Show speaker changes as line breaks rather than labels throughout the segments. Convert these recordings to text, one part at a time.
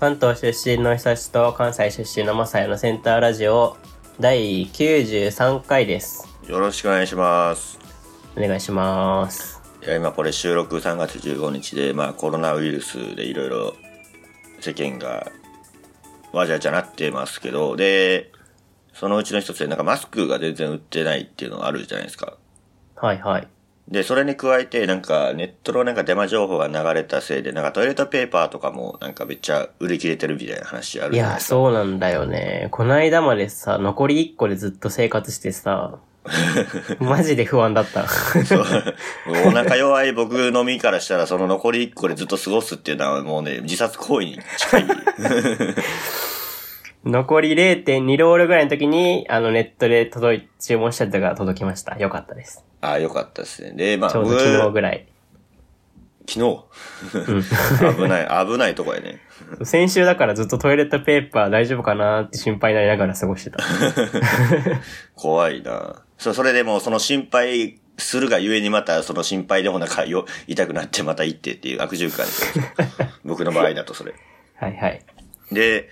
関東出身の久しと関西出身のまさやのセンターラジオ第93回です。
よろしくお願いします。
お願いします。
いや、今これ収録3月15日で、まあコロナウイルスでいろいろ世間がわじゃわじゃなってますけど、で、そのうちの一つでなんかマスクが全然売ってないっていうのがあるじゃないですか。
はいはい。
で、それに加えてなんかネットのなんかデマ情報が流れたせいで、なんかトイレットペーパーとかもなんかめっちゃ売り切れてるみたいな話ある
い
じゃない
や、
ですか。
そうなんだよね。この間までさ、残り1個でずっと生活してさ、マジで不安だった。
もうお腹弱い僕のみからしたら、その残り1個でずっと過ごすっていうのはもうね、自殺行為に近い。
残り0.2ロールぐらいの時に、あのネットで届い、注文したやつが届きました。よかったです。
ああ、よかったですね。で、まあ、
ちょうど
僕
昨日ぐらい。
昨日 危ない、危ないとこやね。
先週だからずっとトイレットペーパー大丈夫かなって心配になりながら過ごしてた。
怖いなそう、それでもうその心配するがゆえにまたその心配でもなんかよ痛くなってまた行ってっていう悪循環で すよ。僕の場合だとそれ。
はいはい。
で、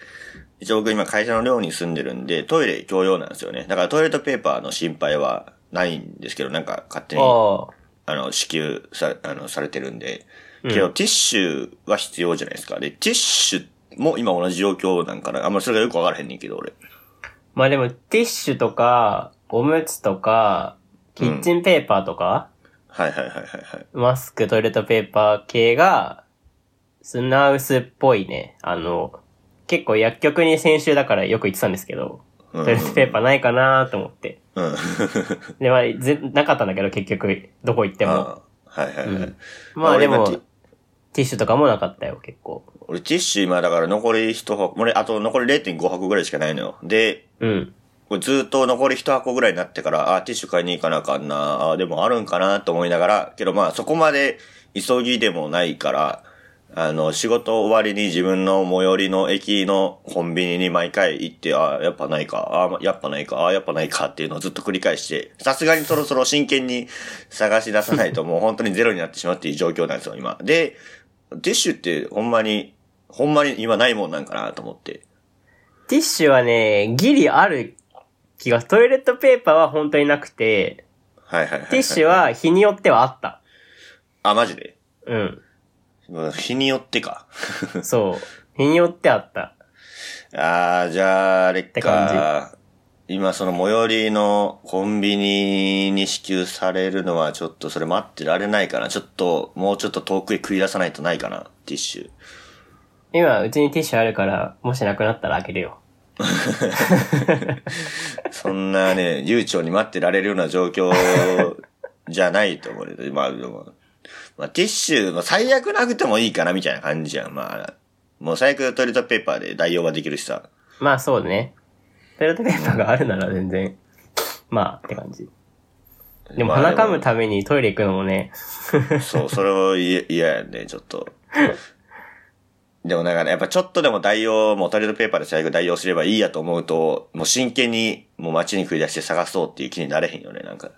一応僕今会社の寮に住んでるんで、トイレ共用なんですよね。だからトイレットペーパーの心配はないんですけど、なんか勝手に
ああ。
あの、支給さ、あの、されてるんで。けど、ティッシュは必要じゃないですか。で、ティッシュも今同じ状況なんかな。あんまりそれがよくわからへんねんけど、俺。
まあでも、ティッシュとか、おむつとか、キッチンペーパーとか、
はいはいはいはいはい。
マスク、トイレットペーパー系が、砂薄っぽいね。あの、結構薬局に先週だからよく行ってたんですけど、
うん
トイレットペーパーないかなと思って。
うん。
で、まあ、ぜなかったんだけど、結局、どこ行っても。
あはいはいはい。
うんまあで
俺
も
今ティ、
ティッシュとかもなかったよ、結構。
俺ティッシュ今だから残り1箱、俺あと残り0.5箱ぐらいしかないのよ。で、
うん。
これずっと残り1箱ぐらいになってから、あー、ティッシュ買いに行かなあかんな、あー、でもあるんかなと思いながら、けどまあそこまで急ぎでもないから、あの、仕事終わりに自分の最寄りの駅のコンビニに毎回行って、あー、やっぱないか、あー、やっぱないか、あー、やっぱないかっていうのをずっと繰り返して、さすがにそろそろ真剣に探し出さない ともう本当にゼロになってしまうっていう状況なんですよ、今。で、ティッシュってほんまに、ほんまに今ないもんなんかなと思って。
ティッシュはね、ギリある気が、トイレットペーパーは本当になくて、
はいはいはい、はい。
ティッシュは日によってはあった。
あ、マジで
うん。
うん日によってか。
そう。日によってあった。
ああ、じゃあ、あれ
て感
か。今、その最寄りのコンビニに支給されるのは、ちょっとそれ待ってられないかな。ちょっと、もうちょっと遠くへ食い出さないとないかな、ティッシ
今、うちにティッシュあるから、もしなくなったら開けるよ。
ュ。そんなね、 悠長に待ってられるような状況じゃないと思うけど、まあ、でもまあ、ティッシュ、まあ、最悪なくてもいいかな、みたいな感じやん。まあ、もう最悪トイレットペーパーで代用はできるしさ。
まあそうね。トイレットペーパーがあるなら全然、まあって感じ。でも
まあ
鼻かむためにトイレ行くのもね、
そう、それをい嫌やね、ちょっと。でもなんかね、やっぱちょっとでも代用、もうトイレットペーパーで最悪代用すればいいやと思うと、もう真剣にもう街に繰り出して探そうっていう気になれへんよね、なんか。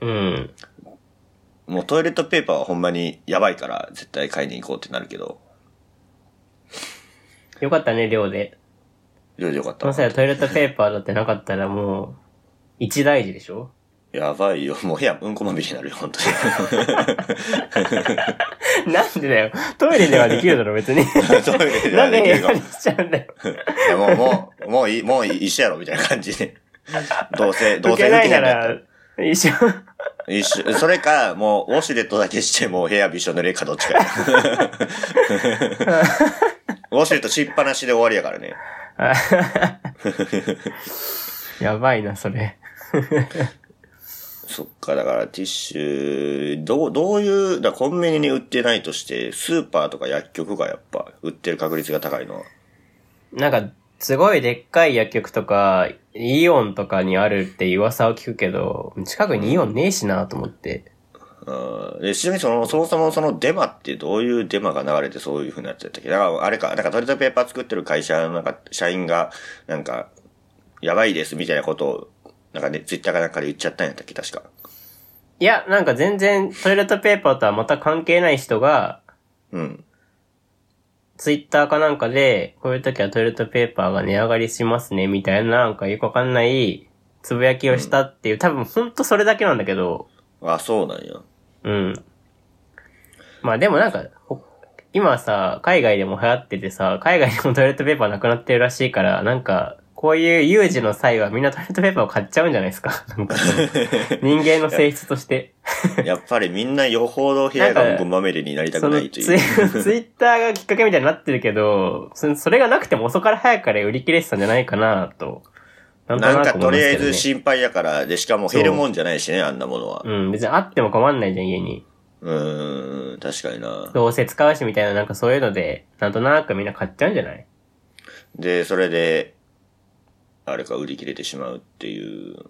うん。
もうトイレットペーパーはほんまにやばいから、絶対買いに行こうってなるけど。
よかったね、量で。
いろいろよかった
ま
わ
さ。やトイレットペーパーだってなかったらもう、一大事でしょ
やばいよ。もう部屋うんこまみれになるよ、本当に。
なんでだよ。トイレではできるだろ、別 に。
トイレで
な
は
んで
できる
部
か
屋
も
に。しちゃうんだよ。
いやもう、もう、もういい、もういい一緒やろ、みたいな感じで。どうせ、ど
受
う
け
せ受
な
けへ
い
ん
な
のやった
ら、一緒。
一緒。それか、もう、ウォシュレットだけして、もう部屋びしょ濡れかどっちかや。ウォシュレットしっぱなしで終わりやからね。
やばいな、それ。
そっか、だからティッシュ、どう、どういう、だからコンビニに売ってないとして、スーパーとか薬局がやっぱ、売ってる確率が高いのは。
なんか、すごいでっかい薬局とか、イオンとかにあるって噂を聞くけど、近くにイオンねえしなと思って。
うん。で、ちなみにその、そもそもそのデマってどういうデマが流れてそういう風になっちゃったっけだから、あれか、なんかトイレットペーパー作ってる会社のなんか、社員が、なんか、やばいですみたいなことを、なんかね、ツイッターかなんかで言っちゃったんやったっけ確か。
いや、なんか全然トイレットペーパーとはまた関係ない人が、
うん。
ツイッターかなんかで、こういう時はトイレットペーパーが値上がりしますね、みたいな、なんかよくわかんない、つぶやきをしたっていう、多分ほんとそれだけなんだけど、
あ、そうなんや。
うん。まあでもなんか、ほ今さ、海外でも流行っててさ、海外でもトイレットペーパーなくなってるらしいから、なんか、こういう有事の際はみんなトイレットペーパーを買っちゃうんじゃないですか。 なんかその人間の性質として。
やっぱりみんなよほど部屋がうんこまみれになりたく
その
な
ツイ
いと
ツイ
いう。
ッターがきっかけみたいになってるけど、そそれがなくても遅から早から売り切れてたんじゃないかなと。な
なんか
思
と
いま
りあ
す
え
けどね
ず心配だから、で、しかも減るもんじゃないしね、あんなものは。
うん、別にあっても困んないじゃん、家に。
うーん、確かにな。
どうせ使うしみたいな、なんかそういうので、なんとなくみんな買っちゃうんじゃない
で、それで、あれか、売り切れてしまうっていう。だか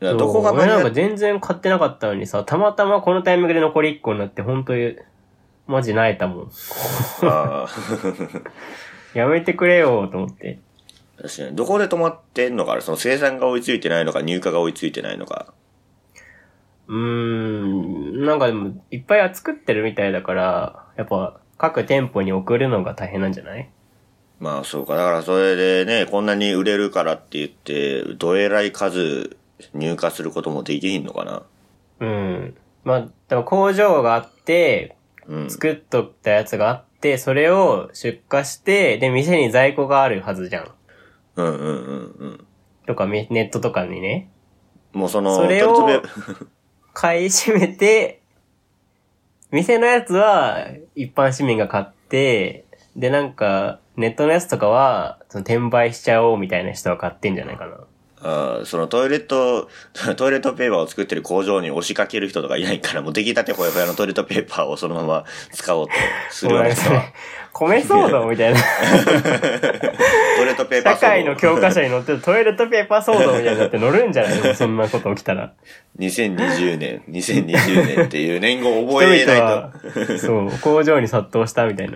らどこが間
俺
に
なん
合
か
っ
全然買ってなかったのにさ、たまたまこのタイミングで残り1個になって、本当に、マジ泣いたもん。
あー
やめてくれよ、と思って。
確かに。どこで止まってんのかなその生産が追いついてないのか、入荷が追いついてないのか。
うーん、なんかでも、いっぱい作ってるみたいだから、やっぱ、各店舗に送るのが大変なんじゃない
まあそうか。だからそれでね、こんなに売れるからって言って、どえらい数入荷することもできひんのかな。
うん。まあ、でも工場があって、
うん。
作っとったやつがあって、それを出荷して、で、店に在庫があるはずじゃん。
うんうんうんうん。
とか、めネットとかにね。
もうその、
それを
トイレットペー
買い占めて、店のやつは一般市民が買って、でなんかネットのやつとかはその転売しちゃおうみたいな人は買ってんじゃないかな。
あーそのトイレット、 トイレットペーパーを作ってる工場に押しかける人とかいないから、もう出来たてほやほやのトイレットペーパーをそのまま使おうとするわ けです
お
わ
前それ米騒動みたい な。
トイレットペーパ
社
ー騒動
会の教科書に載 ってるトイレットペーパー騒動みたいになって載るんじゃないのそんなこと起きたら。
2020年、2020年っていう年号
人
覚え
々
ない
は、そう、工場に殺到したみたい な。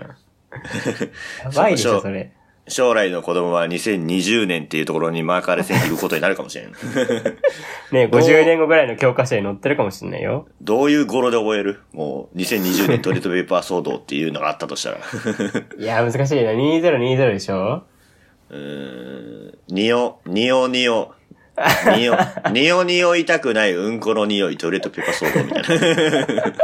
やばいでしょ、それ。
と。将来の子供は2020年っていうところにマーカーで線引くことになるかもしれん。
ね50年後ぐらいの教科書に載ってるかもしんないよ。
どういう語呂で覚えるもう2020年トイレットペーパー騒動っていうのがあったとしたら。
いや、難しいな。2020でしょ
うーんにお、にお にお。にお、におにお痛くないうんこの匂い、トイレットペーパー騒動みたいな。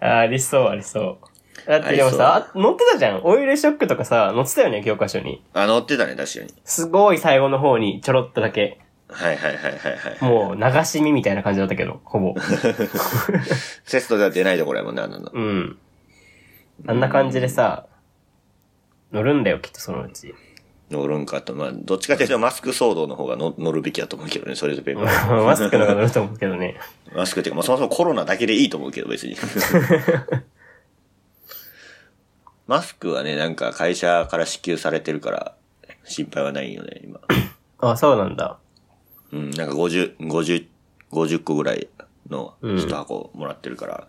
あ、ありそう、ありそう。だってでも
あり
さ、乗ってたじゃん。オイルショックとかさ、乗ってたよね、教科書に。
あ、乗ってたね、確かに。
すごい最後の方にちょろっとだけ。
はいはいはいはいはい。
もう流し見みたいな感じだったけど、ほぼ。
セストでは出ないところやもんね、あんなの。
うん。あんな感じでさ、乗るんだよ、きっとそのうち。
乗るんかと。まあ、どっちかというとマスク騒動の方がの乗るべきだと思うけどね、トイレットペーパー。
マスクの方が乗ると思うけどね。
マスクっていうか、まあそもそもコロナだけでいいと思うけど、別に。マスクはね、なんか会社から支給されてるから、心配はないよね、今。
あ、そうなんだ。
うん、なんか50、50、50個ぐらいの一箱もらってるから、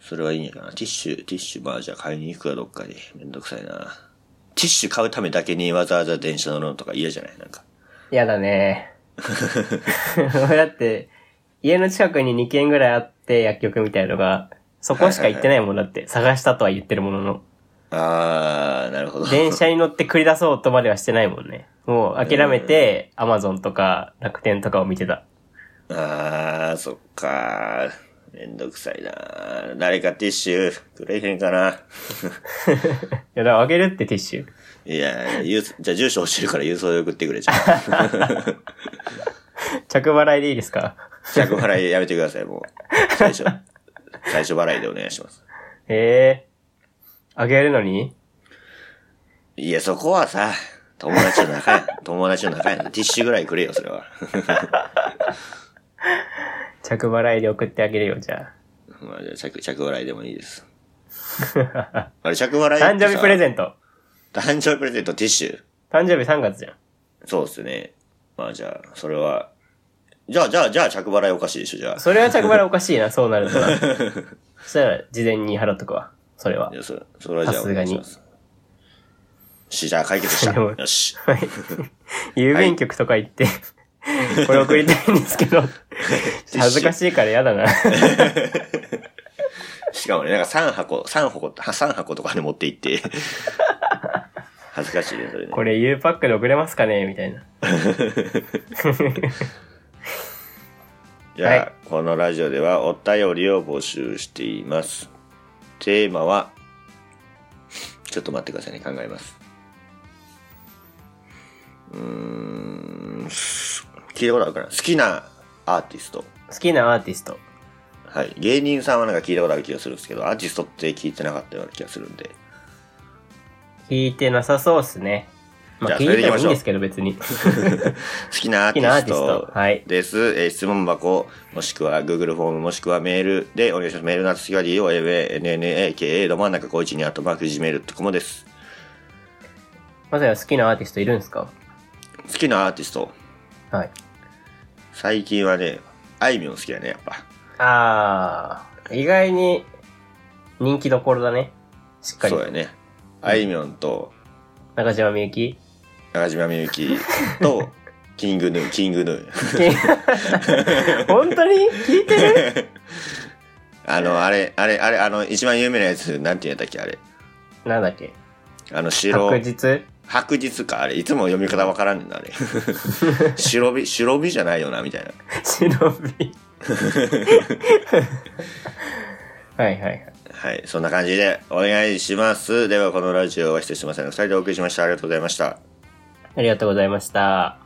それはいいんやかな。ティッシュ、ティッシュ、まあじゃあ買いに行くかどっかに。めんどくさいな。ティッシュ買うためだけにわざわざ電車乗るのとか嫌じゃないなんか。
やだね。俺だって、家の近くに2軒ぐらいあって、薬局みたいのが、そこしか行ってないもんだって、探したとは言ってるものの。
あー、なるほど。
電車に乗って繰り出そうとまではしてないもんね。もう諦めて、アマゾンとか楽天とかを見てた。
あー、そっかめんどくさいな誰かティッシュくれへんかない
や、だからあげるってティッシュ。
いや、郵じゃあ住所教えるから郵送で送ってくれじゃん。
着払いでいいですか
着払いやめてください、もう。最初。最初払いでお願いします。
ええー。あげるのに
いや、そこはさ、友達の仲や。 友達の仲やな。ティッシュぐらいくれよ、それは。
着払いで送ってあげるよ、じゃ
まあ、じゃあ着、着払いでもいいです。 あれ、着払い
あ。誕生日プレゼ
ン
ント。
ト。誕生日プレゼント、ティッシュ。
誕生日3月じゃん。
そうですね。まあ、じゃあ、それは。じゃあ、じゃあ、じゃあ、着払いおかしいでしょ、じゃあ。
それは着払いおかしいな、そうなるとな。そしたら、事前に払っとくわ。そ
。
れはい
や、それ、それはじゃあ、
さすがに
お願いします。し、じゃあ、解決した。
でも
よし。
郵便局とか行って、これ送りたいんですけど、恥ずかしいから嫌だな。
しかもね、なんか3箱、3箱、3箱とかで持って 行って。恥ずかしいね、それね。
これ U パックで送れますかねみたいな。
じゃ
は
あ、
い
このラジオではお便りを募集しています。テーマは、ちょっと待ってくださいね、考えます。うーん、す聞いたことあるかな好きなアーティスト。
好きなアーティスト。
はい。芸人さんはなんか聞いたことある気がするんですけど、アーティストって聞いてなかったような気がするんで。
聞いてなさそうっすね。まあ、
じ
聞
ゃあ
いてもいい
それでいきまし
ん
ょう
ですけど、別に。
好きな
好
アー
き
テ
なア
ィ
ー
ス
ティス
ト
ト。はい。
です。えー質問箱、もしくは Google フォーム、もしくはメールでお願いします。メールの宛先は DOMANNAKA ど真ん中51にあとマーク Gmail.com です。
まさや好きなアーティストいるんですか
好きなアーティスト、
はい。
最近はね、あいみょん好きだね、やっぱ。
あー、意外に人気どころだね。しっかり
そう。やね。あいみょんと
中島みゆ き。
中島みゆきと、キングヌー、キングヌ ー。
本当に聞いてる
あの、あれ、あれ、あれ、あの、一番有名なやつ、なんて言うんだっけ、あれ。
なんだっけ
あの、白、
確実
白日か、あれ。いつも読み方わからんねんな、あれ。白び、白びじゃないよな、みたいな。
忍 び。はいはいはい。
はい、そんな感じでお願いします。では、このラジオは失礼しません。二人でお送りしました。ありがとうございました。
ありがとうございました。